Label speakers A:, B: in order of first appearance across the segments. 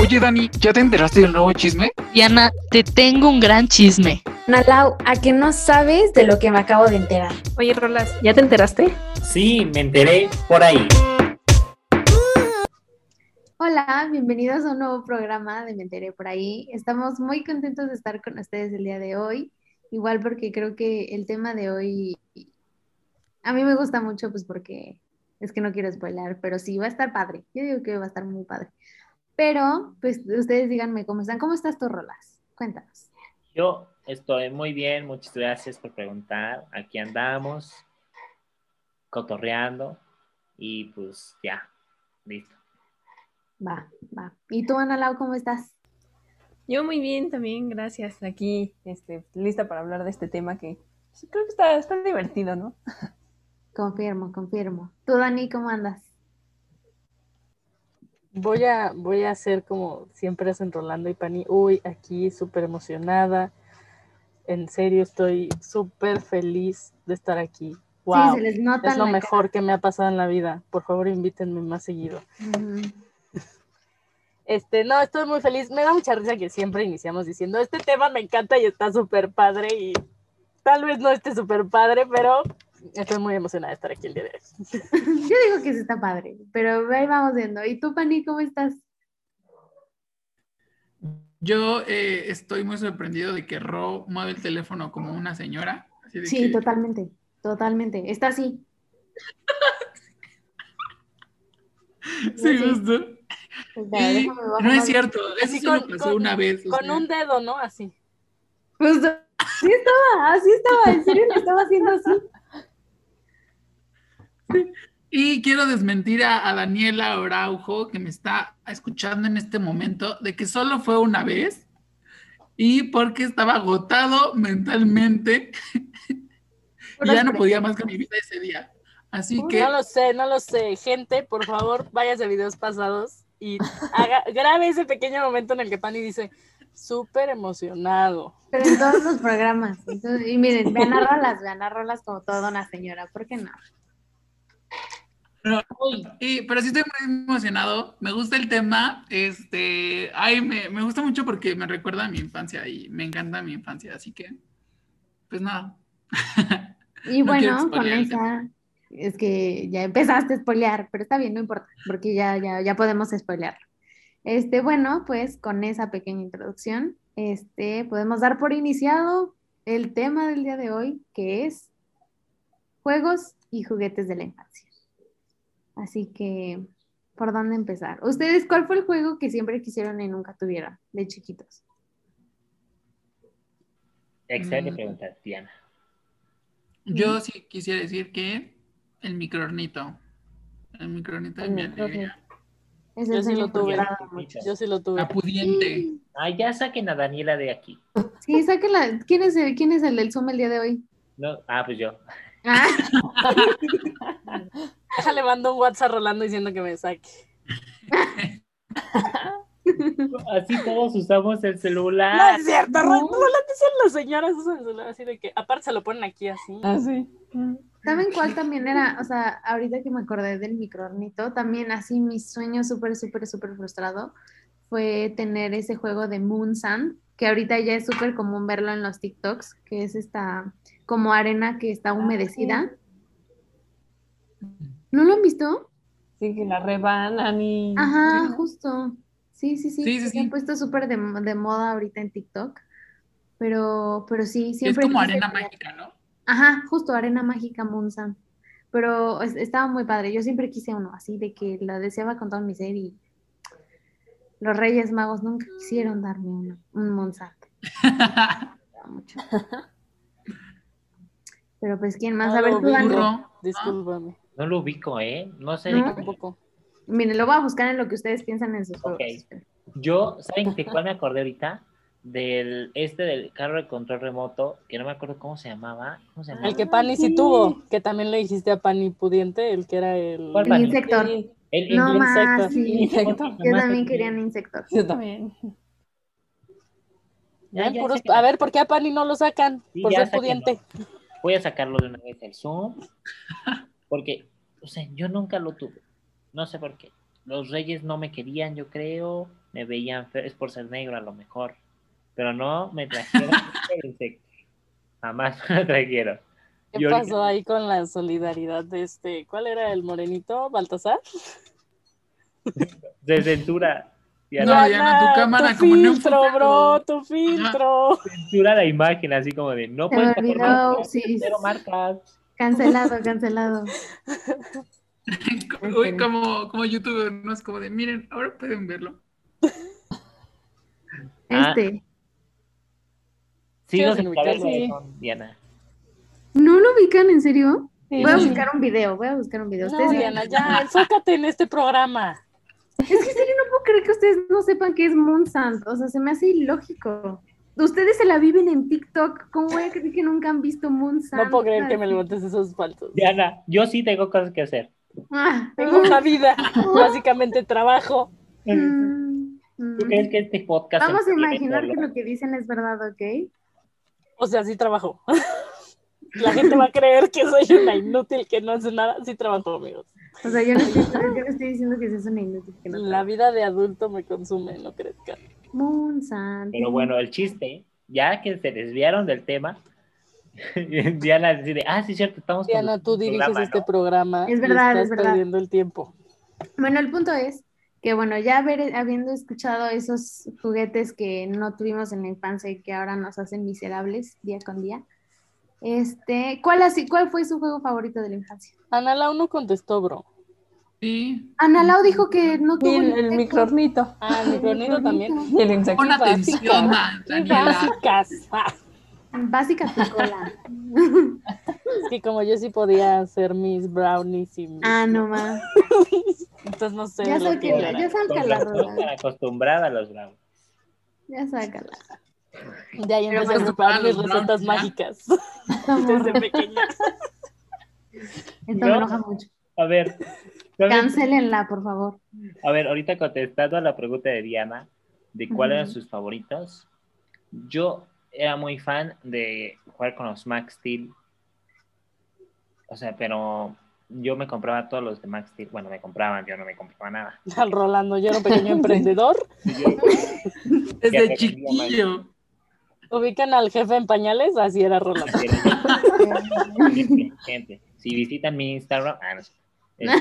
A: Oye, Dani, ¿ya te enteraste del nuevo chisme?
B: Diana, te tengo un gran chisme.
C: Nalau, ¿a que no sabes de lo que me acabo de enterar?
D: Oye, Rolas, ¿ya te enteraste?
E: Sí, me enteré por ahí.
C: Hola, bienvenidos a un nuevo programa de Me enteré por ahí. Estamos muy contentos de estar con ustedes el día de hoy, igual porque creo que el tema de hoy a mí me gusta mucho, pues porque es que no quiero spoiler, pero sí, va a estar padre. Yo digo que va a estar muy padre. Pero, pues ustedes díganme cómo están. ¿Cómo estás tú, Rolas? Cuéntanos.
E: Yo estoy muy bien, muchas gracias por preguntar. Aquí andamos, cotorreando y pues ya, listo.
C: Va, va. ¿Y tú, Ana Lau, cómo estás?
D: Yo muy bien también, gracias. Aquí, este, lista para hablar de este tema que pues, creo que está, está divertido, ¿no?
C: Confirmo, confirmo. ¿Tú, Dani, cómo andas?
F: Voy a, voy a hacer como siempre hacen Rolando y Pani. Uy, aquí súper emocionada. En serio, estoy súper feliz de estar aquí. Wow.
C: Sí, se les nota.
F: es
C: en
F: lo
C: la
F: mejor que me ha pasado en la vida. Por favor, invítenme más seguido.
C: cara. Ujú.
F: Este, no, estoy muy feliz. Me da mucha risa que siempre iniciamos diciendo, este tema me encanta y está súper padre y tal vez no esté súper padre, pero estoy muy emocionada de estar aquí el día de hoy.
C: Yo digo que sí está padre, pero ahí vamos viendo. ¿Y tú, Pani, cómo estás?
A: Yo eh, estoy muy sorprendido de que Ro mueve el teléfono como una señora. así de
C: Sí,
A: que-
C: totalmente, totalmente. Está así.
A: Sí, justo.
C: Espera,
A: Y
C: déjame bajar
A: no es
C: más.
A: cierto, eso
F: Así
A: solo
F: con-
A: pasó
F: con-
A: una vez. o
F: Con
A: sea.
F: un dedo, ¿no? Así.
C: Justo. Ah, Sí estaba, así estaba, en serio lo estaba haciendo así.
A: Y quiero desmentir a, a Daniela Araujo, que me está escuchando en este momento, de que solo fue una vez y porque estaba agotado mentalmente y ya no podía más con mi vida ese día. Así que
F: No lo sé, no lo sé. Gente, por favor, váyase a videos pasados y haga, grabe ese pequeño momento en el que Pani dice, súper emocionado.
C: Pero en todos los programas. Entonces, y miren, vean a rolas, vean a rolas como toda una señora, ¿por qué no?
A: Y- pero sí estoy muy emocionado, me gusta el tema, este, ay, me, me gusta mucho porque me recuerda a mi infancia y me encanta mi infancia, así que, pues nada.
C: Y
A: No quiero
C: bueno, con
A: spoilear el
C: esa, es que ya empezaste a spoilear, pero está bien, no importa, porque ya, ya, ya podemos spoilear. Este, bueno, pues con esa pequeña introducción, este, podemos dar por iniciado el tema del día de hoy, que es juegos y juguetes de la infancia. Así que, ¿por dónde empezar? ¿Ustedes cuál fue el juego que siempre quisieron y nunca tuvieron de chiquitos?
E: Excelente
A: Mm.
E: pregunta, Diana.
C: Mm.
A: Yo sí quisiera decir que el microornito, el microornito de
C: El
A: mi
C: microornito.
A: alegría,
C: Ese
F: Yo
C: es
F: sí
C: el
F: lo
C: único que
F: tuve.
C: me agrada mucho.
E: Mucho.
F: Yo sí lo tuve.
A: la pudiente.
E: Ah, ya saquen a Daniela de aquí.
C: Sí, sáquenla. ¿Quién es el, quién es el del Zoom el día de hoy?
E: No, ah, pues yo.
C: Ah.
F: Déjale, mando un WhatsApp a Rolando diciendo que me saque.
E: Así todos usamos el
F: No
E: celular.
F: es cierto,
C: no.
F: Rolando, Rolando dicen las señoras usan el celular así de que, aparte se lo ponen aquí así.
E: Ah.
D: sí.
C: ¿Saben cuál también era? O sea, ahorita que me acordé del microornito, también así mi sueño súper, súper, súper frustrado fue tener ese juego de Moon Sand, que ahorita ya es súper común verlo en los TikToks, que es esta como arena que
A: Ah,
C: está humedecida. ¿No lo han visto?
D: Sí, que la rebanan y...
C: Ajá, justo. Sí, sí, sí.
A: Sí, sí,
C: se
A: sí.
C: han puesto súper de, de moda ahorita en TikTok. Pero, pero sí,
A: Es
C: siempre.
A: como
C: quise
A: arena
C: tener-
A: mágica, ¿no?
C: Ajá, justo Arena Mágica Monza. Pero es- estaba muy padre. Yo siempre quise uno así, de que la deseaba con todo mi ser y los Reyes Magos nunca quisieron darme uno, un Monza. Mucho. Pero pues, ¿quién más? A ver, tú, Dani.
A: Burro.
F: Discúlpame,
E: No lo ubico, ¿eh? No sé.
C: No.
E: de qué-
F: tampoco.
C: Miren, lo voy a buscar en lo que ustedes piensan en sus juegos.
E: Yo, ¿saben de cuál me acordé ahorita? Del este del carro de control remoto, que no me acuerdo cómo se llamaba. ¿Cómo se llamaba?
F: El que Pani sí
D: sí.
F: tuvo, que también le dijiste a Pani pudiente, el que era el...
E: ¿Cuál
C: El
E: Pani?
C: Insector.
D: Sí,
E: El,
C: No
E: el
C: más,
E: insecto.
C: sí.
D: Insecto.
E: Jamás
C: Yo también
E: te-
C: quería un Insector.
D: yo también.
E: Ya,
F: Ven,
E: ya
F: puros-
E: sé que-
F: A ver, ¿por qué a Pani no lo sacan?
E: Sí,
F: Por
E: ya
F: ser
E: sáquenlo.
F: pudiente.
E: Voy a sacarlo de una vez del Zoom. Porque, o sea, yo nunca lo tuve. No sé por qué. Los reyes no me querían, yo creo. me veían feo, es por ser negro a lo mejor, pero no me trajeron el insecto. Jamás me trajeron.
F: ¿Qué
E: Y ahorita-
F: pasó ahí con la solidaridad de este? ¿Cuál era el morenito? ¿Baltasar?
E: Se censura. Y a
A: No,
E: la
A: ya no, tu cámara
F: tu
A: como no
F: filtro,
A: enfoca
F: bro,
A: los-
F: tu filtro.
E: censura la imagen, así como de no
C: Se me
E: puedes sacar
C: olvidó,
E: marcas,
C: sí.
E: cero marcas.
C: Cancelado, cancelado.
A: Uy, como, como youtuber, no es como de, miren, ahora pueden verlo.
E: Ah.
C: Este.
E: Sigo
F: sin
E: sin
F: ubicarlo.
E: saber quiénes son, Diana.
C: ¿No lo ubican en serio?
D: Sí,
C: Voy a
D: sí.
C: buscar un video, voy a buscar un video.
F: No,
C: Ustedes-
F: Diana, ya, enfócate en este programa.
C: Es que en serio no puedo creer que ustedes no sepan qué es Monsanto. O sea, se me hace ilógico. Ustedes se la viven en TikTok. ¿Cómo voy a creer que nunca han visto Monsanto?
F: No puedo creer que me levantes esos faltos.
E: Diana, yo sí tengo cosas que hacer.
C: Ah,
F: Tengo una vida, básicamente trabajo.
C: mm,
E: ¿Tú
C: mm.
E: crees que este podcast
C: Vamos a
E: se mantiene
C: imaginar que
E: solo?
C: lo que dicen es verdad, ¿ok?
F: O sea, sí trabajo. La gente va a creer que soy una inútil que no hace nada. Sí trabajo, amigos.
C: O sea, yo no estoy, yo no estoy diciendo que seas una inútil. Que no
F: La vida de adulto me consume, no crezcan.
C: Monsanto.
E: Pero bueno, el chiste, ya que se desviaron del tema, Diana dice, ah, sí, cierto, estamos
F: Diana, tú
E: conduciendo un programa,
F: diriges este
E: ¿no?
F: programa.
C: Es
F: y
C: verdad,
F: estás
C: es verdad.
F: perdiendo el tiempo.
C: Bueno, el punto es que, bueno, ya haber- habiendo escuchado esos juguetes que no tuvimos en la infancia y que ahora nos hacen miserables día con día, este, ¿cuál, así, cuál fue su juego favorito de la infancia?
F: Ana Lau no contestó, bro.
A: Sí.
C: Ana Lau dijo que no tuvo
D: Y el, el
C: ningún
D: microornito.
F: Ah, mi cronito también.
D: Y el insecto.
A: Pon atención, Dan-
F: ¡Qué
A: Daniela.
F: básicas! Ah,
C: Básica tu cola.
F: Es que como yo sí podía hacer mis brownies y mis...
C: ah, no más.
F: Entonces no sé.
C: Ya
F: lo
C: sé
F: que
C: que-
F: era.
C: ya saca
E: Con
C: la
E: razón,
C: rola.
E: tan acostumbrada a los bravos.
C: Ya sácala.
F: De ahí empecé a
A: Pero
F: preparar mis
A: los
F: recetas
A: brownies, ¿ya?
F: mágicas.
C: Esto
F: Desde pequeña.
C: me
E: No.
C: enoja mucho.
E: A ver, ¿sabes?
C: Cancélenla, por favor.
E: a ver, ahorita contestando a la pregunta de Diana, de cuáles eran
C: Ujú.
E: sus favoritos, yo era muy fan de jugar con los Max Steel. O sea, pero yo me compraba todos los de Max Steel. Bueno, me compraban, yo no me compraba nada.
F: Al Rolando, yo era un pequeño emprendedor.
E: aprendí
A: Desde
E: a
A: chiquillo.
F: Ubican al jefe en pañales, así era Rolando.
E: Así era yo.
C: Eh,
E: gente. Si visitan mi Instagram, ah, no sé. Este,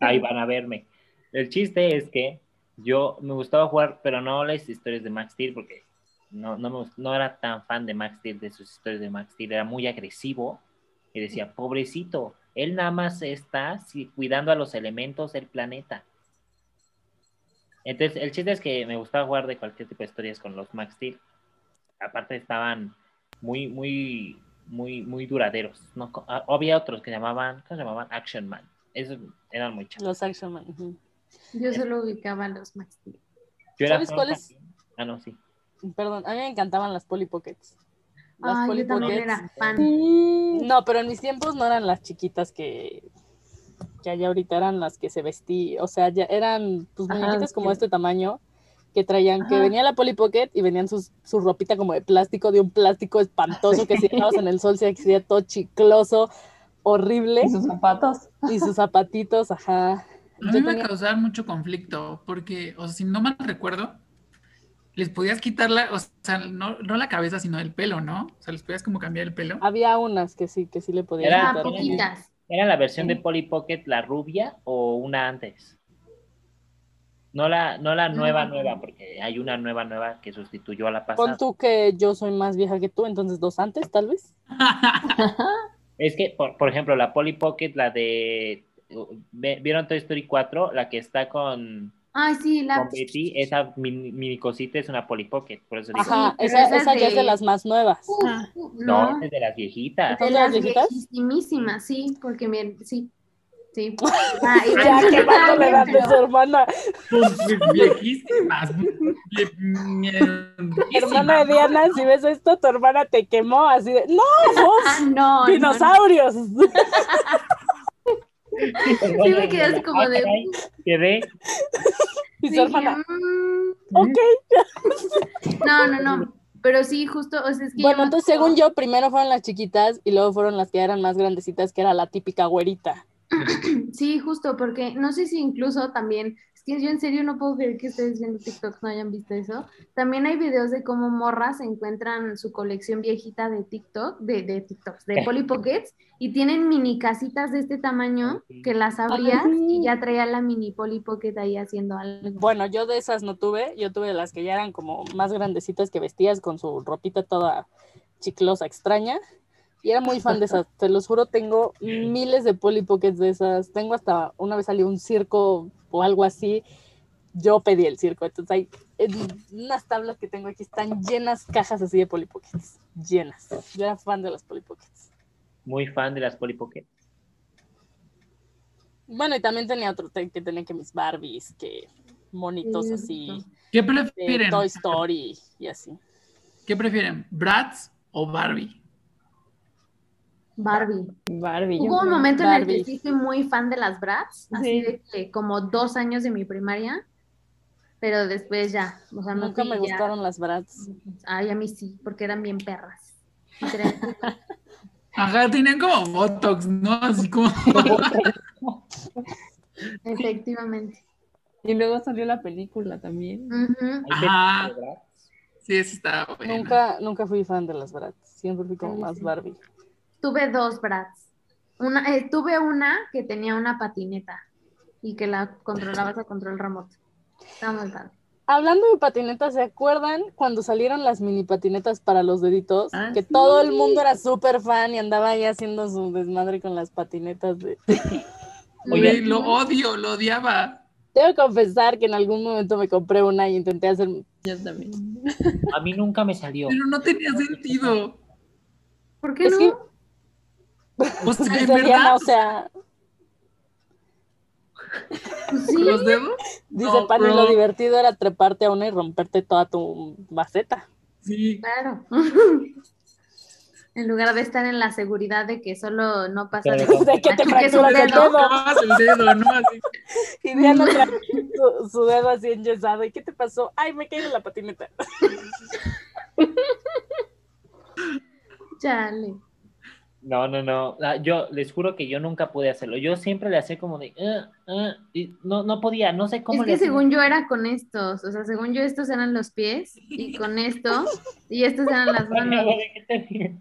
E: ahí van a verme. El chiste es que yo me gustaba jugar, pero no las historias de Max Steel, porque no, no, me gust- no era tan fan de Max Steel, de sus historias de Max Steel, era muy agresivo. Y decía, pobrecito, él nada más está si- cuidando a los elementos del planeta. Entonces, el chiste es que me gustaba jugar de cualquier tipo de historias con los Max Steel. Aparte estaban muy, muy, muy, muy duraderos. No, co- ah, había otros que llamaban, ¿cómo se llamaban? Action Man. Esos eran muy chavos.
F: Los Action Man. ujú.
C: Yo solo ubicaba a los Max Steel.
E: Yo era
F: ¿Sabes
E: fan
F: cuál es?
E: también. Ah, no, sí.
F: Perdón, a mí me encantaban las Polly Pockets. Las
C: Ah,
F: Polly
C: yo también
F: Pockets.
C: era fan.
D: Sí.
F: No, pero en mis tiempos no eran las chiquitas que, que hay ahorita, eran las que se vestían. O sea, ya eran pues,
D: Ajá,
F: muñequitas como
D: sí.
F: de este tamaño que traían, que
D: Ajá.
F: venía la Polly Pocket y venían sus, su ropita como de plástico, de un plástico espantoso que si estabas en el sol se hacía todo chicloso, horrible.
D: Y sus zapatos.
F: Y sus zapatitos, ajá.
A: A
F: Yo
A: mí me
F: tenía-
A: causaba mucho conflicto, porque, o sea, si no mal recuerdo, les podías quitar la, o sea, no, no la cabeza, sino el pelo, ¿no? O sea, les podías como cambiar el pelo.
F: Había unas que sí, que sí le podían
E: Era-
C: Ah,
F: quitar.
C: poquitas.
E: ¿Era la versión de Polly Pocket la rubia o una antes? No la, no la nueva,
C: Mm.
E: nueva, porque hay una nueva, nueva que sustituyó a la pasada.
F: Pon tú que yo soy más vieja que tú, entonces dos antes, tal vez.
E: Es que, por, por ejemplo, la Polly Pocket, la de... ¿ve- ¿Vieron Toy Story 4? La que está con,
C: Ay, sí,
E: con
C: la.
E: Betty, esa mini, mini cosita es una Polly Pocket, por eso digo.
F: Ajá,
C: pero
F: esa,
C: esa es
F: esa ya es de
C: de-
F: las más nuevas.
C: Uh,
E: No,
C: no.
E: es de las viejitas.
C: De
F: ¿Son
C: las
F: todas viejitas?
C: viejísimas, sí, porque miren, sí. Sí. Ah, y
F: Ya,
C: bueno,
F: qué mal le das de su
C: pero-
F: hermana.
A: Pues, Viejísimas. vie-
F: Hermana de
A: viejísimas,
F: Diana, si ves esto, tu hermana te quemó así de. ¡No!
C: Ah,
F: ¡Vos!
C: no. no,
F: ¡Dinosaurios!
E: Sí,
C: me quedé así como de-
E: Quedé.
F: Y su
C: Dije,
F: hermana.
C: "Mm".
F: Ok.
C: No, no, no. Pero sí, justo, o sea, es que yo
F: Bueno,
C: me
F: entonces
C: acuerdo-
F: según yo, primero fueron las chiquitas y luego fueron las que eran más grandecitas, que era la típica güerita.
C: Sí, justo, porque no sé si incluso también, es que que yo en serio no puedo creer que ustedes viendo TikTok no hayan visto eso. También hay videos de cómo morras encuentran su colección viejita de TikTok, de, de TikToks, de Polly Pockets, y tienen mini casitas de este tamaño que las abrías y ya traía la mini Polly Pocket ahí haciendo algo.
F: Bueno, yo de esas no tuve, yo tuve las que ya eran como más grandecitas que vestías con su ropita toda chiclosa, extraña. Y era muy fan de esas, te los juro, tengo miles de Polly Pockets de esas. Tengo hasta una vez salió un circo o algo así. Yo pedí el circo, entonces hay en unas tablas que tengo aquí están llenas cajas así de Polly Pockets, llenas. Yo era fan de las Polly Pockets.
E: Muy fan de las Polly Pocket.
F: Bueno, y también tenía otro te- que tenía que mis Barbies, que monitos así,
A: ¿Qué
F: de
A: prefieren?
F: Toy Story y así.
A: ¿Qué prefieren? ¿Bratz o Barbie?
C: Barbie.
D: Barbie. yo
C: Hubo un
D: creo.
C: momento en el que
F: Barbie.
C: sí fui muy fan de las Bratz, así
D: Sí.
C: de que como dos años de mi primaria, pero después ya, o sea, no
F: Nunca
C: fui
F: me
C: ya.
F: gustaron las Bratz.
D: Mm.
C: Ay, a mí sí, porque eran bien perras. Literal.
A: Ajá, tenían como Botox, ¿no? Así como.
C: Efectivamente.
D: Y luego salió la película también.
C: Ujú.
A: Ajá. Sí, eso está bueno.
F: Nunca, nunca fui fan de las Bratz. Siempre fui como
C: Sí,
F: más
C: sí.
F: Barbie.
C: Tuve dos Bratz. Una, eh, tuve una que tenía una patineta y que la controlabas a control remoto. Está muy padre.
F: Hablando de patinetas, ¿se acuerdan cuando salieron las mini patinetas para los deditos?
D: Ah,
F: que
D: sí.
F: todo el mundo era súper fan y andaba ahí haciendo su desmadre con las patinetas. De...
E: Oye.
A: Güey, lo odio, lo odiaba.
F: Debo confesar que en algún momento me compré una y intenté hacer...
D: Yo también.
E: A mí nunca me salió.
A: Pero no tenía sentido.
C: ¿Por qué
F: Es
C: no?
F: que
A: O sea,
F: pues,
A: en
F: Diana,
A: verdad,
F: o sea,
C: Pues
A: con
C: sí.
A: los dedos.
F: dice
A: No,
F: Pani,
A: bro.
F: lo divertido era treparte a una y romperte toda tu maceta.
A: Sí.
C: Claro. en lugar de estar en la seguridad de que solo no pasa
E: Claro.
C: nada.
F: De que te
C: Machuques un
F: fracturas el
C: dedo.
F: dedo.
A: Tocabas el dedo, ¿no? Así.
F: Y Diana traía su, su dedo así enyesado. ¿Y qué te pasó? Ay, me caí de la patineta.
C: Chale.
E: No, no, no. La- Yo les juro que yo nunca pude hacerlo. Yo siempre le hacía como de. "Ah, ah", y no, no podía, no sé cómo
C: Es
E: le
C: que
E: hacía.
C: según yo era con estos, o sea, según yo estos eran los pies y con estos y estos eran las
E: Ay, no,
C: manos.
E: ¿de qué te ríes?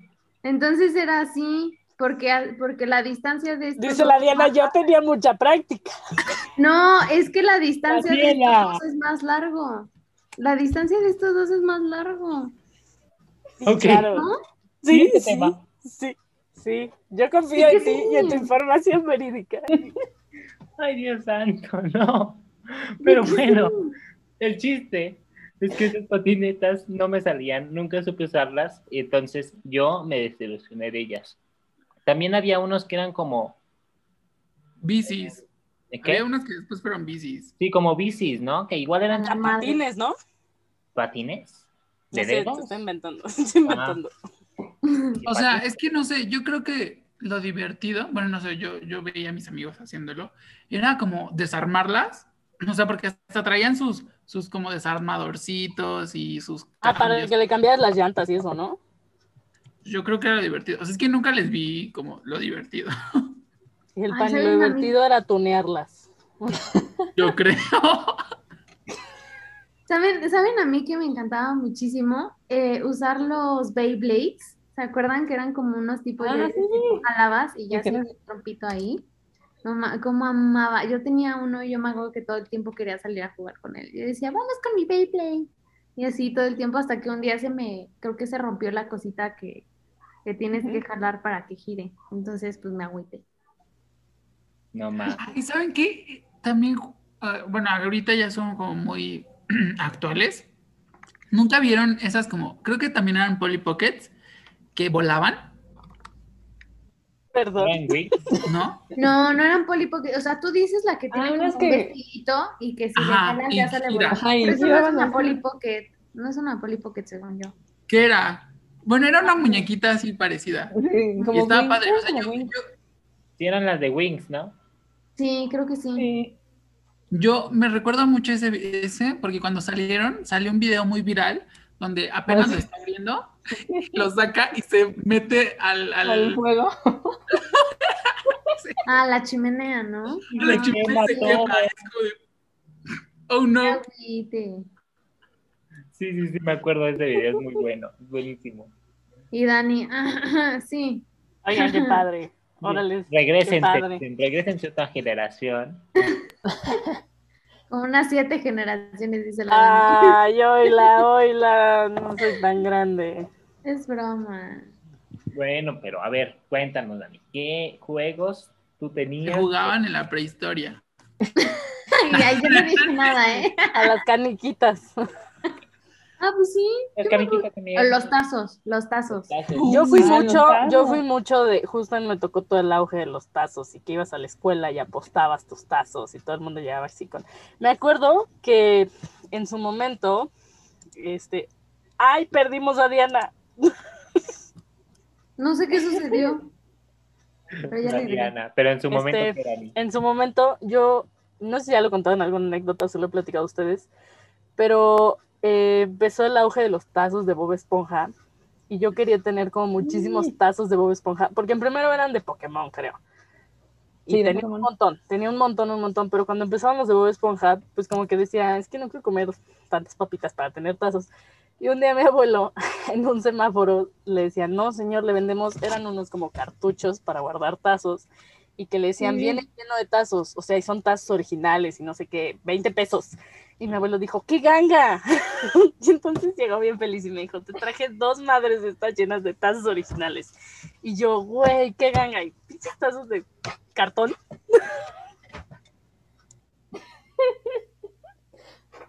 C: Entonces era así porque al- porque la distancia de estos
F: Dice la
C: dos-
F: Diana, yo tenía mucha práctica.
C: No, es que la distancia de
E: Gabriela.
C: estos dos es más largo. La distancia de estos dos es más largo.
F: Sí,
E: Ok.
F: Claro.
C: ¿No?
F: Sí,
E: Siguiente
F: sí,
E: tema.
F: sí, sí. Yo confío
C: Es que
F: en ti
C: sí.
F: y en tu información verídica.
E: Ay, Dios santo, no. Pero bueno, el chiste es que esas patinetas no me salían, nunca supe usarlas, y entonces yo me desilusioné de ellas. También había unos que eran como.
A: Bicis.
E: ¿de qué?
A: Había unos que después fueron bicis.
E: Sí, como bicis, ¿no? Que igual eran
C: La madre.
F: Patines, ¿no?
E: patines. ¿De Ah.
F: No sé,
E: dedos?
F: te estoy inventando. te Estoy inventando.
A: O sea, es que no sé, yo creo que lo divertido, bueno, no sé, yo, yo veía a mis amigos haciéndolo, era como desarmarlas, o sea, porque hasta traían sus, sus como desarmadorcitos y sus...
F: Ah, para
A: cajillas.
F: que le cambiaras las llantas y eso, ¿no?
A: Yo creo que era lo divertido. O sea, es que nunca les vi como lo divertido,
F: Y el
C: Ay,
F: pan, lo
C: ¿saben a mí?
F: divertido era tunearlas.
A: yo creo.
C: ¿Saben, ¿Saben a mí que me encantaba muchísimo Eh, usar los Beyblades? ¿Se acuerdan que eran como unos tipos
D: Ah,
C: de jalabas y ya
D: Sí,
C: hacías un trompito ahí? No, ma- cómo amaba. Yo tenía uno y yo me acuerdo que todo el tiempo quería salir a jugar con él. Yo decía, vamos con mi Beyblade. Y así todo el tiempo hasta que un día se me, creo que se rompió la cosita que, que tienes que jalar para que gire. Entonces, pues me agüité.
E: No más.
A: Ah, ¿Y saben qué? También, ah, bueno, ahorita ya son como muy actuales. ¿Nunca vieron esas como, creo que también eran Polly Pockets, que volaban,
F: Perdón.
E: Eran Wix.
A: ¿no?
C: No, no eran Polly Pocket. O sea, tú dices la que
D: Ah,
C: tiene
D: unas
C: como un
D: que-
C: vestidito y que si le
A: Ajá,
C: jalas
A: y
C: ya sale
A: gira.
C: volando.
D: Ajá, y
C: Pero eso no es
D: giraban
C: una
D: así.
C: Polly Pocket. No es una Polly Pocket, según yo.
A: ¿Qué era? Bueno, era una muñequita así parecida.
D: Sí,
A: Y
D: como
A: estaba
D: Wing,
A: padre. O sea,
D: como
A: yo,
D: Wing.
A: yo-
E: Sí, eran las de Wings, ¿no?
C: Sí, creo que sí.
D: Sí.
A: yo me recuerdo mucho ese, ese, porque cuando salieron, salió un video muy viral donde apenas
D: Ah, sí.
A: lo está viendo, lo saca y se mete al, al-
D: Al juego.
C: Ah, la Ah, chimenea, ¿no?
A: a la chimenea y se
E: Quema todo.
A: quema. Es como de- Oh no.
C: Agüite.
E: Sí, sí, sí, me acuerdo de ese video, es muy bueno, es buenísimo.
C: Y Dani, sí.
F: Oigan, qué padre. Órale.
E: Regresen,
F: padre.
E: regresen a otra generación.
C: Como unas siete generaciones, dice la
A: Ah.
C: Dani.
F: Ay, oila, oila, no soy tan grande.
C: Es broma.
E: Bueno, pero a ver, cuéntanos, Dani, ¿qué juegos tú
A: Se
E: tenías?
A: jugaban en la prehistoria.
C: Y ahí yo no dije nada, ¿eh?
F: A las caniquitas.
C: Ah, pues sí.
E: Las
C: yo me acuerdo.
E: caniquitas también.
C: O los tazos, los tazos.
E: Tazos.
A: Uh,
F: Yo fui
A: Ah, los
F: mucho,
A: tazos.
F: yo fui mucho de, justo me tocó todo el auge de los tazos y que ibas a la escuela y apostabas tus tazos y todo el mundo llegaba así con. Me acuerdo que en su momento, este, ay, perdimos a Diana.
C: No sé qué sucedió. Pero ya
E: Una
C: regresó.
E: Diana, pero en su
F: Este,
E: momento ¿qué, Dani?
F: En su momento, yo no sé si ya lo he contado en alguna anécdota o se lo he platicado a ustedes, pero eh, empezó el auge de los tazos de Bob Esponja y yo quería tener como muchísimos tazos de Bob Esponja, porque en primero eran de Pokémon, creo. Y
D: Sí, de
F: tenía un
D: Pokémon.
F: montón, tenía un montón, un montón, pero cuando empezaron los de Bob Esponja, pues como que decía, es que no quiero comer tantas papitas para tener tazos. Y un día mi abuelo en un semáforo le decía, no señor, le vendemos, eran unos como cartuchos para guardar tazos y que le decían,
C: Sí.
F: viene lleno de tazos, o sea, y son tazos originales y no sé qué, 20 pesos. Y mi abuelo dijo, ¡qué ganga! Y entonces llegó bien feliz y me dijo, te traje dos madres de estas llenas de tazos originales. Y yo, güey, qué ganga. Y pinches tazos de cartón.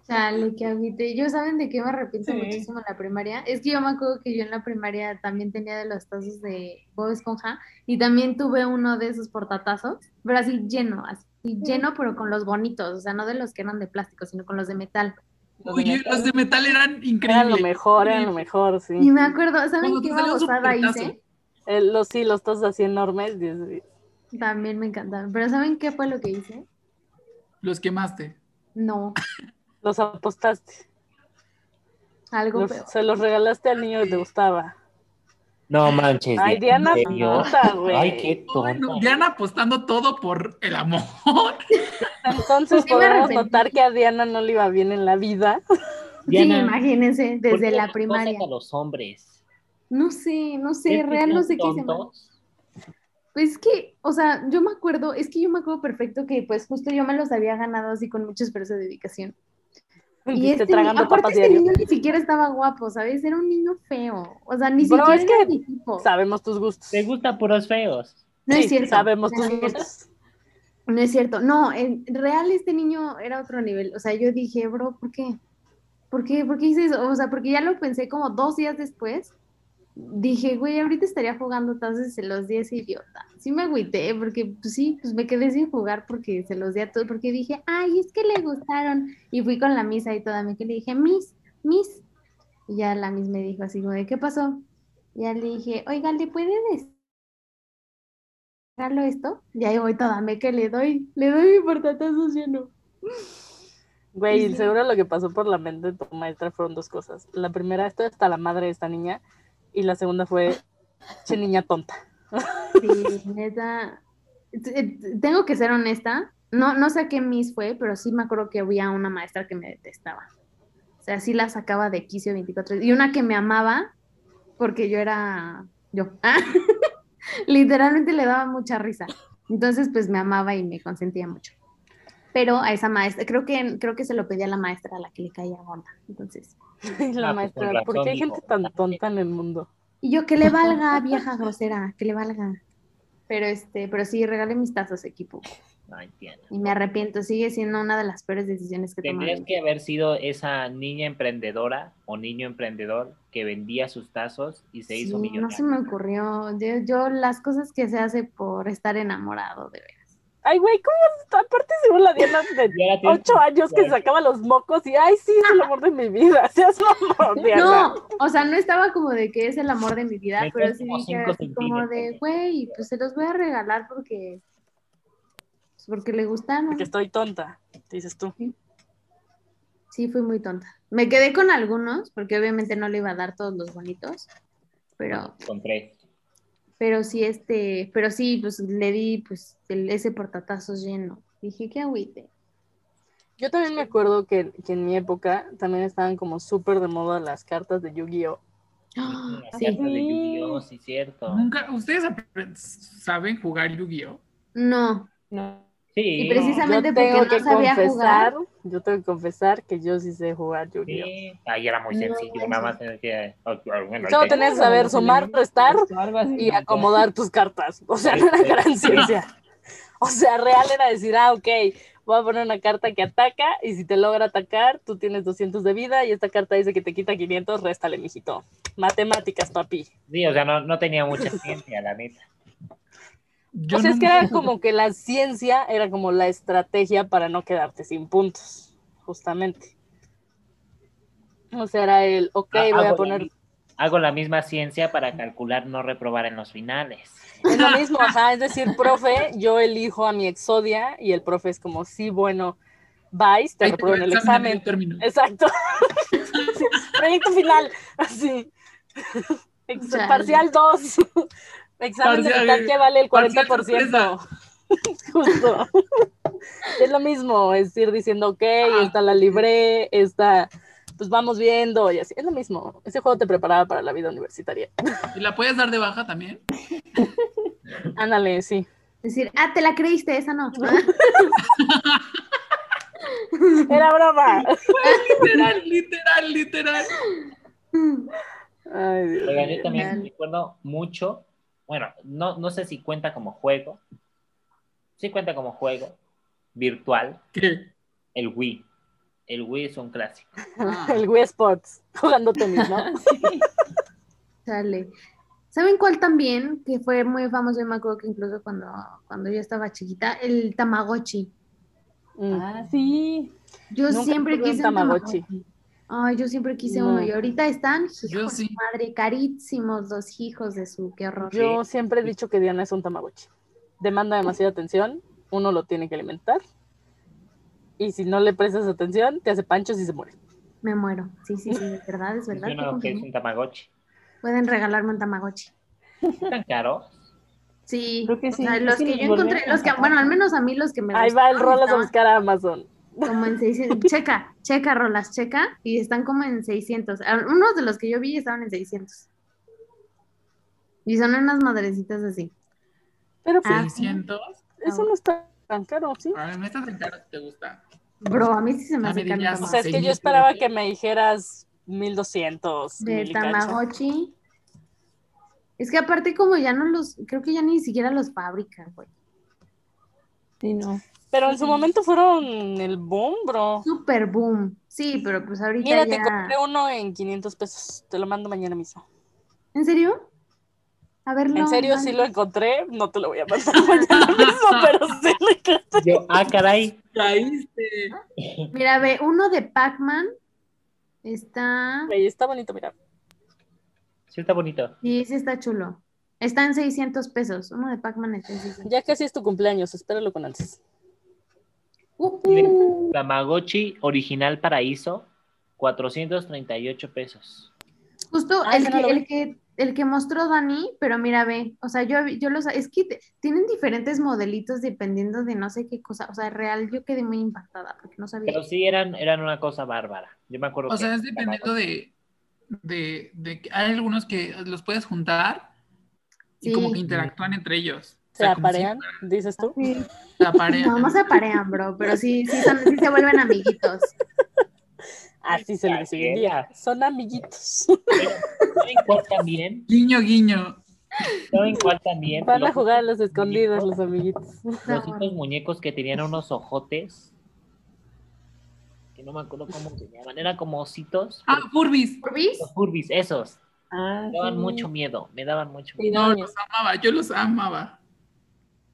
C: Chale, que agüite. Yo saben de qué me arrepiento
D: Sí.
C: muchísimo en la primaria. Es que yo me acuerdo que yo en la primaria también tenía de los tazos de Bob Esponja y también tuve uno de esos portatazos, pero así lleno, así lleno, pero con los bonitos, o sea, no de los que eran de plástico, sino con los de metal.
A: Uy, los de metal eran increíbles.
F: Eran lo mejor, eran lo mejor,
C: Y
F: sí.
C: me acuerdo, ¿saben
A: Cuando
C: qué
A: te salía un
C: babosada
A: supertazo.
C: hice?
F: Eh, los, sí, los tazos así enormes. dices,
C: También me encantaron, pero ¿saben qué fue lo que hice?
A: Los quemaste.
C: No,
F: Los apostaste.
C: algo
F: Los-
C: peor.
F: se los regalaste al niño que te gustaba.
E: No manches.
F: Ay,
E: Diana,
F: Diana,
E: ¿en serio?
F: tonta, güey.
E: Ay, qué
A: Ay, no,
E: tonta.
A: Diana apostando todo por el amor.
F: Entonces
C: Sí me
F: podemos
C: arrepentí.
F: notar que a Diana no le iba bien en la vida.
C: sí,
E: Diana,
C: imagínense,
E: ¿por
C: desde
E: qué
C: la
E: nos
C: primaria.
E: gozas a los hombres.
C: No sé, no
E: ¿Es
C: sé,
E: que
C: real no
E: son
C: sé qué se me...
E: tontos?
C: Pues es que, o sea, yo me acuerdo, es que yo me acuerdo perfecto que pues justo yo me los había ganado así con mucho esfuerzo de dedicación. Y
F: Viste
C: este, ni-
F: tragando
C: aparte
F: papas
C: este
F: diario.
C: niño ni siquiera estaba guapo, ¿sabes? Era un niño feo. O sea, ni
F: Bro,
C: siquiera
F: es
C: era
F: que-
C: mi tipo.
F: Sabemos tus gustos.
E: Te gustan puros feos.
C: No
F: Sí,
C: es cierto.
F: Sabemos
C: No
F: tus
C: es cierto.
F: gustos.
C: No es cierto. No, en real este niño era otro nivel. O sea, yo dije, bro, ¿por qué? ¿Por qué? ¿Por qué hice eso? O sea, porque ya lo pensé como dos días después. Dije, güey, ahorita estaría jugando entonces se los di a ese idiota. Sí me agüité, porque pues sí, pues me quedé sin jugar porque se los di a todos, porque dije, ay, es que le gustaron. Y fui con la misa y toda, me que le dije, Miss, Miss. Y ya la Miss me dijo así, como de, ¿qué pasó? Ya le dije, oiga, ¿le puede decir? regalo esto, y ahí voy toda me que le doy, le doy mi portatazo lleno.
F: Güey,
C: Sí.
F: seguro lo que pasó por la mente de tu maestra fueron dos cosas. La primera, esto hasta la madre de esta niña. Y la segunda fue, che niña tonta.
C: Sí, neta. T- eh, t- Tengo que ser honesta, no, no sé a qué Miss fue, pero sí me acuerdo que había una maestra que me detestaba. O sea, sí la sacaba de quicio 24. Y una que me amaba porque yo era yo. Literalmente le daba mucha risa. Entonces, pues me amaba y me consentía mucho. Pero a esa maestra, creo que, creo que se lo pedí a la maestra a la que le caía gorda. Entonces,
F: Y la
E: Ah, pues,
F: maestra,
E: con
F: ¿por qué hay
E: razón,
F: gente
E: hijo.
F: tan tonta en el mundo?
C: Y yo, que le valga, vieja grosera, que le valga. Pero este, pero sí, regalé mis tazos equipo.
E: Ay, Diana.
C: Y me arrepiento, sigue siendo una de las peores decisiones que tomé.
E: Tendrías que haber sido esa niña emprendedora o niño emprendedor que vendía sus tazos y se hizo
C: Sí, no se
E: millonario.
C: me ocurrió. Yo, yo las cosas que se hace por estar enamorado, de veras.
F: Ay, güey, ¿cómo está? Aparte, según la Diana de
E: Y ahora tienes-
F: ocho años que sacaba los mocos y, ay, sí, es el amor de mi vida. Seas mamón, Diana.
C: No, o sea, no estaba como de que es el amor de mi vida,
E: Me
C: pero
E: traes
C: sí
E: como
C: dije
E: cinco
C: así como de,
E: centímetros.
C: güey, pues se los voy a regalar porque, pues, porque le gustaron.
F: Porque estoy tonta, dices tú.
C: Sí, fui muy tonta. Me quedé con algunos, porque obviamente no le iba a dar todos los bonitos, pero
E: Con tres.
C: Pero sí, este, pero sí, pues le di pues el- ese portatazo lleno. Dije, qué agüite.
F: Yo también me acuerdo que, que en mi época también estaban como súper de moda las cartas de Yu-Gi-Oh!
E: Las
C: Ah, sí. Ah,
E: cartas de Yu-Gi-Oh, sí, cierto.
A: Nunca, ¿ustedes apre- saben jugar Yu-Gi-Oh?
C: No,
D: No.
E: Sí.
C: Y precisamente
F: Yo
C: porque
F: tengo
C: no
F: que
C: sabía
F: confesar,
C: jugar.
F: yo tengo que confesar que yo sí sé jugar Yu-Gi-Oh!
E: Sí. Ahí era muy
C: No
E: sencillo, nada más tenías que. o- o- bueno,
F: Solo
E: ya-
F: tenías que saber sumar, restar
D: O algo así.
F: y acomodar tus cartas. O sea, no era gran ciencia. O sea, real era decir, ah, ok, voy a poner una carta que ataca y si te logra atacar, tú tienes 200 de vida y esta carta dice que te quita 500, réstale, mijito. Matemáticas, papi.
E: Sí, o sea, no, no tenía mucha ciencia, la neta.
A: Yo
F: o sea, es que
A: nunca-
F: era como que la ciencia era como la estrategia para no quedarte sin puntos, justamente. O sea, era el, ok,
E: Ah,
F: voy
E: hago
F: a
E: la
F: poner...
E: mi- Hago la misma ciencia para calcular no reprobar en los finales.
F: Es lo mismo, ajá, es decir, profe, yo elijo a mi exodia y el profe es como, sí, bueno, vais, te
A: Ahí te va
F: repruebo en el examen.
A: yo termino.
F: Exacto. Sí, proyecto final, así. Ex-
C: Chale.
F: Parcial 2. Examen de
A: Parcial-
F: mitad que vale el
A: parcial
F: 40%. Justo. Es lo mismo, es ir diciendo, ok, esta la libré, esta, pues vamos viendo, y así. Es lo mismo. Ese juego te preparaba para la vida universitaria.
A: ¿Y la puedes dar de baja también?
F: Ándale, sí.
C: decir, ah, te la creíste, esa no.
F: Era broma.
A: literal, literal, literal.
F: Ay, Dios
E: Oigan, yo
F: mío.
E: también
C: Genial.
E: recuerdo mucho, bueno, no, no sé si cuenta como juego, sí cuenta como juego virtual,
A: ¿Qué?
E: el Wii. El Wii es un clásico.
A: Ah,
F: El Wii Sports, jugando tenis, ¿no?
C: Chale. ¿Saben cuál también? Que fue muy famoso, yo me acuerdo que incluso cuando, cuando yo estaba chiquita, el Tamagotchi.
F: Mm.
D: Ah, sí.
C: Yo
F: Nunca
C: siempre
F: tuve un
C: quise un
F: Tamagotchi.
C: Tamagotchi. Ay, yo siempre quise
F: No.
C: uno y ahorita están, hijo
A: Yo
C: de
A: sí.
C: su madre, carísimos los hijos de su, qué horror.
F: Yo siempre he dicho que Diana es un tamagotchi. Demanda demasiada atención, uno lo tiene que alimentar. Y si no le prestas atención, te hace panchos y se muere.
C: Me muero. Sí, sí, sí, es verdad, es verdad.
E: Yo
C: ¿Qué
E: no, que es
C: consumí?
E: un Tamagotchi.
C: Pueden regalarme un Tamagotchi.
E: ¿Es tan caro?
C: Sí,
D: Creo que sí.
C: o sea,
D: Es
C: los
D: que
C: que,
D: nos
C: yo encontré,
D: volvemos
C: los que,
D: locos.
C: bueno, al menos a mí los que me
F: Ahí va el Rolas a buscar a Amazon.
C: Como en 600, checa, checa, Rolas, checa, y están como en 600. Ah, Unos de los que yo vi estaban en 600. Y son unas madrecitas así.
F: Pero pues,
C: Ah.
A: 600.
F: eso no está tan caro, ¿sí?
A: A ver, me estás en cara, ¿te gusta?
C: Bro, a mí sí se me
A: Ah,
C: hace
A: mira,
C: caro
A: ya
C: un
F: O
A: sé.
F: sea, es que yo esperaba que me dijeras 1200.
C: De
F: mil y cacho.
C: Tamagotchi. Es que aparte como ya no los, creo que ya ni siquiera los fabrican, güey.
D: Sí, no.
F: Pero en su momento fueron el boom, bro.
C: Super boom. Sí, pero pues ahorita
F: Mira, te
C: ya...
F: compré uno en 500 pesos. Te lo mando mañana mismo.
C: ¿En serio? A verlo.
F: En serio,
C: Iván.
F: sí lo encontré. No te lo voy a mandar mañana mismo, pero sí lo encontré.
E: Yo, ah, caray.
A: Caíste.
C: Mira, ve, uno de Pac-Man está...
F: Güey, está bonito, mira.
E: Sí está bonito.
C: Sí, sí está chulo. Está en 600 pesos. Uno de Pac-Man está en 600.
F: Ya casi es tu cumpleaños, espéralo con ansias.
C: ¡Ujú!
E: Tamagotchi original paraíso, 438 pesos.
C: Justo
F: Ah,
C: el,
F: ese
C: que,
F: no lo
C: el,
F: vi.
C: que, el que mostró Dani, pero mira, ve. O sea, yo, yo los... Es que te- tienen diferentes modelitos dependiendo de no sé qué cosa. O sea, real, yo quedé muy impactada porque no sabía.
E: Pero sí eran, eran una cosa bárbara. Yo me acuerdo
A: O
E: que
A: sea, es dependiendo de, de, de que hay algunos que los puedes juntar y
C: Sí.
A: como que interactúan entre ellos. O
F: ¿Se
A: sea, como si
F: aparean? ¿Dices tú?
A: se aparean.
C: No, no se parean, bro, pero sí, sí, son- sí se vuelven amiguitos.
F: Así se les
E: Así
F: diría. Son amiguitos.
E: ¿Saben cuál también?
A: Guiño, guiño.
E: ¿Saben cuál también?
F: Van a
E: Los-
F: jugar a los escondidos, los amiguitos.
E: Los otros muñecos que tenían unos ojotes. Que no me acuerdo cómo se llaman. Eran como ositos.
A: Ah, Furbis.
C: ¿Furbis?
E: Los furbis, esos.
D: Ah,
E: Me daban
D: sí.
E: mucho miedo. Me daban mucho
F: Y
E: miedo.
A: No,
F: doña.
A: los amaba, yo los amaba.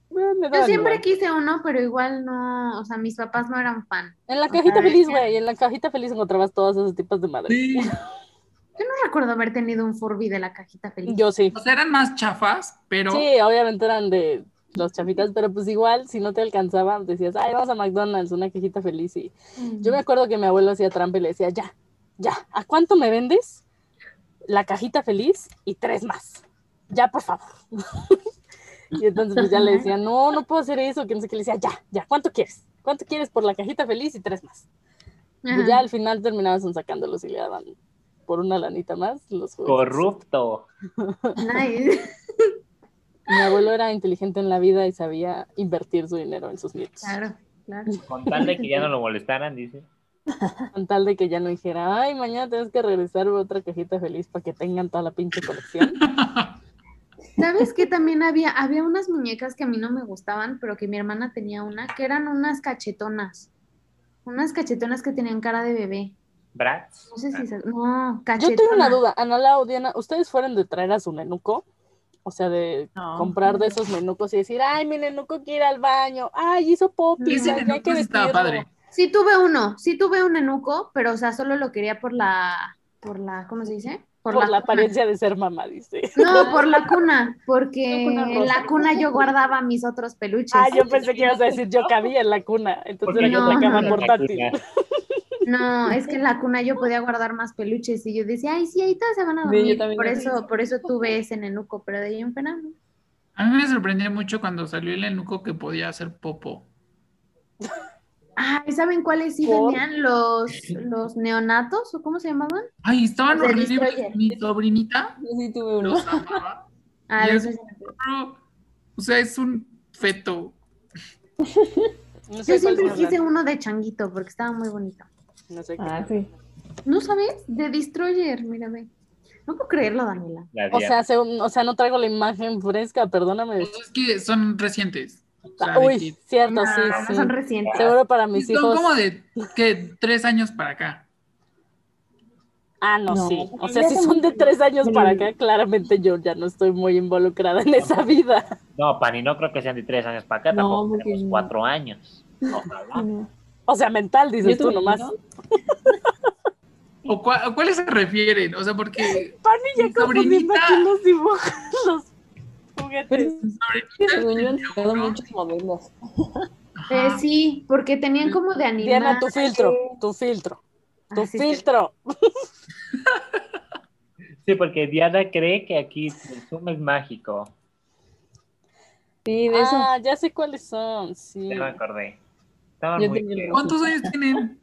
F: Bueno, me
C: Yo
F: daban
C: siempre
F: igual.
C: quise uno, pero igual no, o sea, mis papás no eran fan.
F: En la cajita
C: Ajá.
F: feliz, güey. En la cajita feliz encontrabas todos esos tipos de madre.
A: Sí.
C: Yo no recuerdo haber tenido un Furby de la cajita feliz.
F: Yo sí.
A: O sea, eran más chafas, pero
F: Sí, obviamente eran de los chafitas, pero pues igual, si no te alcanzaban, decías, ay, vamos a McDonald's, una cajita feliz y
C: Mm.
F: Yo me acuerdo que mi abuelo hacía trampa y le decía, ya, ya, ¿a cuánto me vendes? La cajita feliz y tres más. Ya, por favor. y entonces pues, ya le decía, no, no puedo hacer eso, que no sé qué. Le decía, ya, ya, ¿cuánto quieres? ¿Cuánto quieres por la cajita feliz? Y tres más.
C: Ajá.
F: Y ya al final terminaban sacándolos y le daban por una lanita más los juegos.
E: Corrupto.
C: Nice.
F: Mi abuelo era inteligente en la vida y sabía invertir su dinero en sus nietos.
C: Claro, claro.
E: Con tal de que ya no lo molestaran, dice.
F: Con tal de que ya no dijera, ay, mañana tienes que regresar otra cajita feliz para que tengan toda la pinche colección.
C: ¿Sabes qué también había? Había unas muñecas que a mí no me gustaban, pero que mi hermana tenía una, que eran unas cachetonas. Unas cachetonas que tenían cara de bebé.
E: Bratz.
C: No sé si se... No,
F: Yo
C: cachetonas.
F: tengo una duda, Ana Lau, Diana, ¿ustedes fueron de traer a su nenuco? O sea, de
D: Ah,
A: No.
F: comprar de esos nenucos y decir, ay, mi nenuco quiere ir al baño, ay, hizo popis,
A: Ese
F: ay, hay
A: nenuco
F: que
A: sí estaba
F: vestirlo.
A: padre.
C: Sí tuve uno, sí tuve un enuco, pero o sea, solo lo quería por la, por la, ¿cómo se dice?
F: Por, la,
C: cuna.
F: apariencia de ser mamá, dice.
C: No, por la cuna,
F: La
C: porque
F: cuna
C: en la
F: rosa.
C: cuna yo guardaba mis otros peluches.
F: Ah, yo pensé que ibas a decir, yo cabía en la cuna, entonces
E: Porque
F: era
E: yo
C: no,
F: como una
E: tengo
F: cama
E: una
F: portátil.
E: cuna.
C: No, es que en la cuna yo podía guardar más peluches y yo decía, ay, sí, ahí todas se van a
D: Sí,
C: dormir.
D: yo también
C: por
D: lo
C: eso, por eso tuve ese nenuco, pero de ahí en fuera, no.
A: A mí me sorprendió mucho cuando salió el enuco que podía hacer popo.
C: Ay, ¿saben cuáles sí
F: ¿Por?
C: venían? Los, los neonatos, ¿o cómo se llamaban?
A: Ay, estaban
C: Los de
A: horribles.
C: Destroyer.
A: Mi sobrinita
D: Yo sí tuve uno.
A: los amaba.
C: Ah,
A: Ya
C: los-
A: sé. Pero, O sea, es un feto.
F: No sé
C: Yo
F: cuál
C: siempre
F: sea la-
C: quise uno de changuito porque estaba muy bonito.
F: No sé qué.
D: Ah, sí.
C: ¿No sabes? De Destroyer, mírame. No puedo creerlo, Daniela.
E: La
F: O
E: Diana.
F: sea, según- o sea, no traigo la imagen fresca, perdóname.
A: O sea, es que son recientes. O sea, de
F: Uy,
A: que-
F: cierto,
C: No,
F: sí,
C: no
F: sí.
C: Ah, son recientes.
F: Seguro para mis
A: son
F: hijos.
A: como de que tres años para acá.
F: Ah, no,
D: No.
F: sí. O sea, si son de tres años para acá, claramente yo ya no estoy muy involucrada en esa vida.
E: No, Pani, no creo que sean de tres años para acá,
D: No,
E: tampoco
D: porque
E: tenemos
D: no.
E: cuatro años. Ojalá.
F: O sea, mental, dices
D: Yo
F: tú
D: tuve
F: nomás.
D: uno.
A: ¿O, cua- a cuáles se refieren? O sea, porque
F: Pani ya
A: Mi sobrinita.
F: confundiendo aquí los dibujos, los
D: Pero
F: juguetes.
D: es que según yo han sacado muchos modelos.
C: Eh,
A: ajá,
C: sí, porque tenían como de animales.
F: Diana, tu filtro, tu filtro, tu
C: Ah, sí, sí.
F: filtro.
E: Sí, porque Diana cree que aquí el Zoom es mágico.
D: Sí, de eso.
F: Ah, ya sé cuáles son, sí.
E: Ya me acordé. Estaban
D: Yo
E: muy
D: tenía el
E: feos.
A: ¿cuántos años tienen?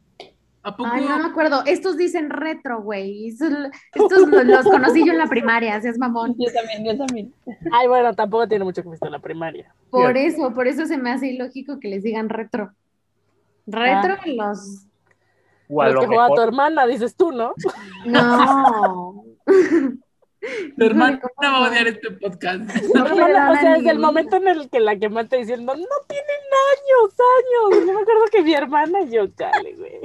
A: ¿A poco?
C: Ay, no me acuerdo. Estos dicen retro, güey. Eso- Estos los, los conocí yo en la primaria, seas mamón.
D: Yo también, yo también.
F: Ay, bueno, tampoco tiene mucho que ver con la primaria.
C: Por eso, por eso se me hace ilógico que les digan retro. Retro
F: Ah.
C: los.
E: O a
F: Los
E: lo
F: que jugaba tu
E: mejor
F: hermana, dices tú, ¿no?
C: No.
A: Tu hermana
C: Híjole, ¿cómo
A: va a
C: no?
A: odiar este podcast.
C: No
F: Mi
C: me
F: hermana,
C: dan
F: o sea, desde el
C: ni-
F: momento en el que la que te diciendo, no tienen años, años. Yo me acuerdo que mi hermana y yo, chale, güey.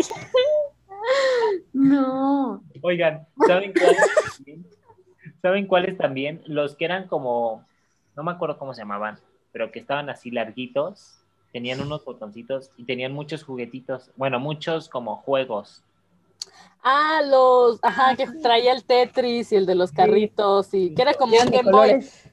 C: No.
E: Oigan, ¿saben cuáles? también? ¿Saben cuáles también? Los que eran como, no me acuerdo cómo se llamaban, pero que estaban así larguitos, tenían unos botoncitos y tenían muchos juguetitos, bueno, muchos como juegos.
F: Ah, los, ajá, que traía el Tetris y el de los carritos y que era como un Game Boy.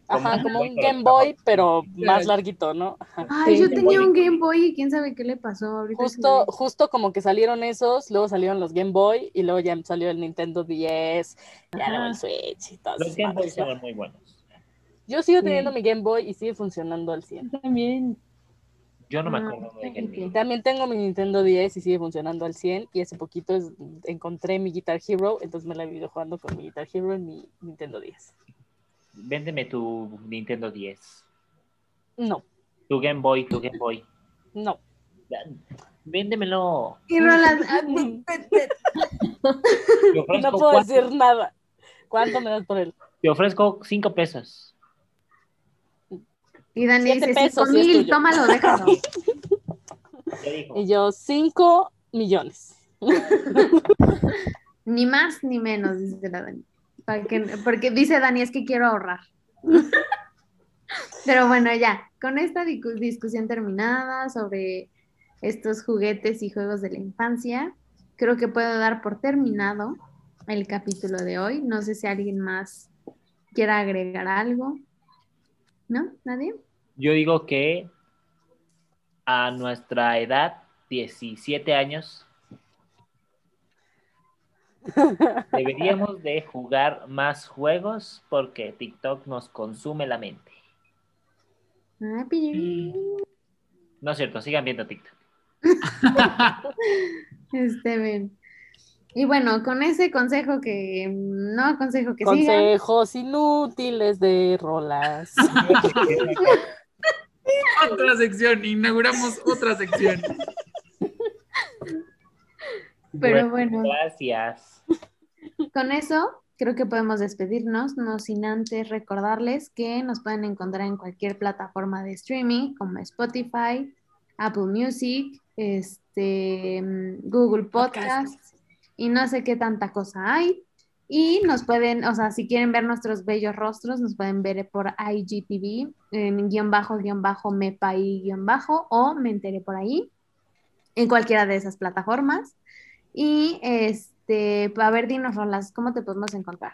F: Ajá,
E: Como
F: como
E: un
F: un
E: Game
F: Game Boy, pero más
D: Sí.
F: larguito, ¿no? Ajá.
C: Ay,
D: Sí,
C: yo
D: te
C: tenía
E: voy.
C: un Game Boy y quién sabe qué le pasó ahorita. que
F: Justo, justo como que salieron esos, luego salieron los Game Boy y luego ya salió el Nintendo 10, ya luego el Switch y todo
E: Los Game Boys eran muy buenos.
F: Yo sigo
D: Sí.
F: teniendo mi Game Boy y sigue funcionando al 100.
D: Yo también.
E: Yo no me
C: Ah,
E: acuerdo de
C: ok.
E: qué.
F: También tengo mi Nintendo 10 y sigue funcionando al 100. Y hace poquito es- encontré mi Guitar Hero, entonces me la he vivido jugando con mi Guitar Hero en mi Nintendo 10.
E: Véndeme tu Nintendo 10,
F: No,
E: tu Game Boy, tu Game Boy.
F: no.
E: Véndemelo.
C: Y Roland, ah,
E: Te
F: No
E: ofrezco,
F: puedo
E: cuatro-
F: decir nada. ¿Cuánto me das por él?
E: te ofrezco cinco pesos.
C: y Dani
F: Siete
C: dice,
F: pesos,
C: cinco
F: sí es
C: mil,
F: tuyo".
C: tómalo, déjalo.
E: ¿Qué dijo?
F: Y yo, 5 millones.
C: Ni más ni menos, dice la Dani. Pa' que- porque dice Dani, es que quiero ahorrar. Pero bueno, ya, con esta dicu- discusión terminada sobre estos juguetes y juegos de la infancia, creo que puedo dar por terminado el capítulo de hoy. No sé si alguien más quiera agregar algo. ¿No? ¿Nadie?
E: Yo digo que a nuestra edad, 17 años, deberíamos de jugar más juegos porque TikTok nos consume la mente.
C: Ay, pi- Ah,
E: No es cierto, sigan viendo TikTok.
C: Este, bien. Y bueno, con ese consejo que no aconsejo que sigan.
F: Consejos inútiles de rolas.
A: otra sección, inauguramos otra sección.
C: Pero bueno.
E: Gracias.
C: Con eso, creo que podemos despedirnos, no sin antes recordarles que nos pueden encontrar en cualquier plataforma de streaming como Spotify, Apple Music, este, mm, Google Podcast, y no sé qué tanta cosa hay. Y nos pueden, o sea, si quieren ver nuestros bellos rostros, nos pueden ver por IGTV, en guión bajo, guión bajo, mepaí, guión bajo, o me enteré por ahí, en cualquiera de esas plataformas. Y este, a ver, dinos, Rolas, ¿cómo te podemos encontrar?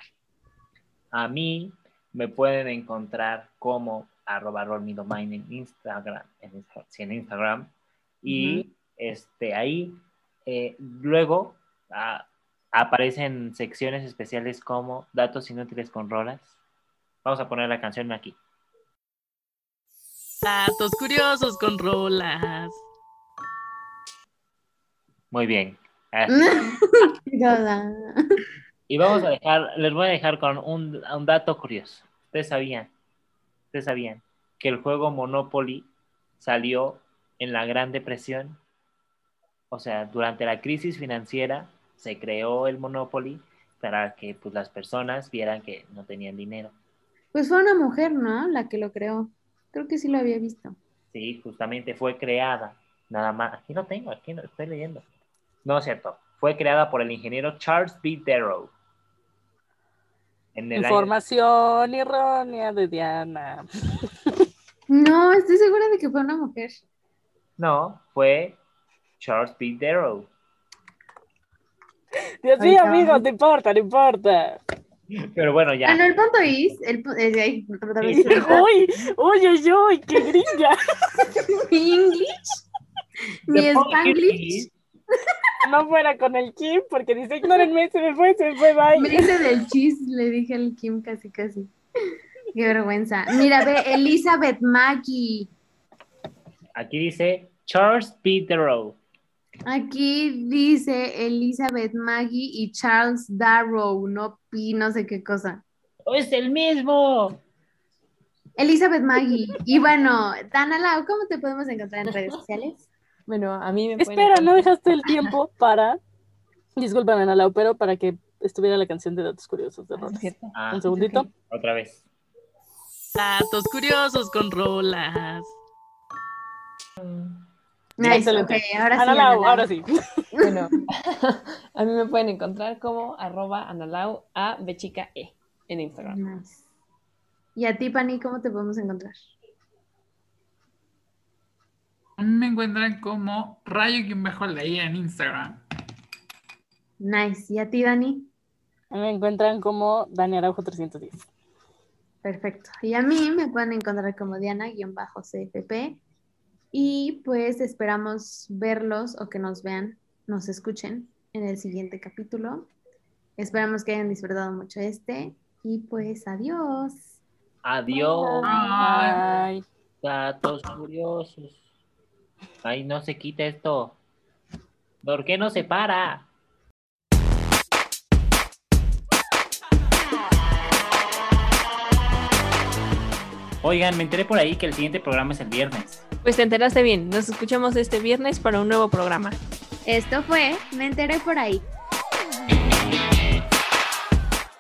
E: A mí me pueden encontrar como arroba rollmedomain en Instagram, en, Insta- sí, en Instagram. Y este, ahí eh, luego ah, aparecen secciones especiales como datos inútiles con rolas. Vamos a poner la canción aquí.
F: Datos curiosos con rolas.
E: Muy bien. Así.
C: Yoda.
E: Y vamos a dejar, les voy a dejar con un, un dato curioso. Ustedes sabían, ustedes sabían que el juego Monopoly salió en la Gran Depresión. O sea, durante la crisis financiera se creó el Monopoly para que pues, las personas vieran que no tenían dinero.
C: Pues fue una mujer, ¿no? La que lo creó. Creo que sí lo había visto.
E: Sí, justamente fue creada, nada más. Aquí lo tengo, aquí lo estoy leyendo. No es cierto, fue creada por el ingeniero Charles B. Darrow. En el año-
F: Información errónea de Diana.
C: No, estoy segura de que fue una mujer.
E: No, fue Charles B. Darrow.
F: Dios
C: Ay,
F: mío,
C: no.
F: amigo, no importa, no importa.
E: Pero bueno, ya.
C: Bueno, el punto is, el pu- eh, ay, otra vez.
E: Sí, sí.
F: Uy, uy, uy, uy, qué gringa.
C: mi English, mi
E: The point
C: Spanglish,
E: is-
F: No fuera con el Kim, porque dice, ignórenme, se me fue, se me fue, bye.
C: me dice del chis, le dije al Kim casi casi. Qué vergüenza. Mira, ve, Elizabeth Maggie.
E: Aquí dice Charles B. Darrow.
C: Aquí dice Elizabeth Maggie y Charles Darrow, no pi, no sé qué cosa.
E: ¡Oh, ¡Es el mismo!
C: Elizabeth Maggie. Y bueno, Dana Lau, ¿cómo te podemos encontrar en redes sociales?
D: Bueno, a mí me pueden
F: Espera, no
D: encontrar-
F: dejaste el tiempo para. Discúlpame, Ana Lau, pero para que estuviera la canción de Datos Curiosos de
D: Ah, es
F: Rolas.
D: cierto.
E: Ah,
F: Un segundito.
E: otra vez.
F: Datos Curiosos con Rolas.
C: Nice,
F: Excelente.
C: ok, ahora sí.
F: Ana
C: Ana
F: Lau,
C: Lau.
F: ahora sí.
D: Bueno, a mí me pueden encontrar como arroba analau a b chica e en Instagram.
C: Nice. Y a ti, Pani, ¿cómo te podemos encontrar?
A: A mí me encuentran como rayo-leía en Instagram.
C: Nice. ¿Y a ti, Dani?
F: Me encuentran como Dani Araujo 310.
C: Perfecto. Y a mí me pueden encontrar como Diana-CFP. Y pues esperamos verlos o que nos vean, nos escuchen en el siguiente capítulo. Esperamos que hayan disfrutado mucho este. Y pues adiós.
E: Adiós,
A: Ay.
F: Bye.
E: datos curiosos. Ay, no se quita esto. ¿Por qué no se para? Oigan, me enteré por ahí que el siguiente programa es el viernes.
D: Pues te enteraste bien. Nos escuchamos este viernes para un nuevo programa.
C: Esto fue Me enteré por ahí.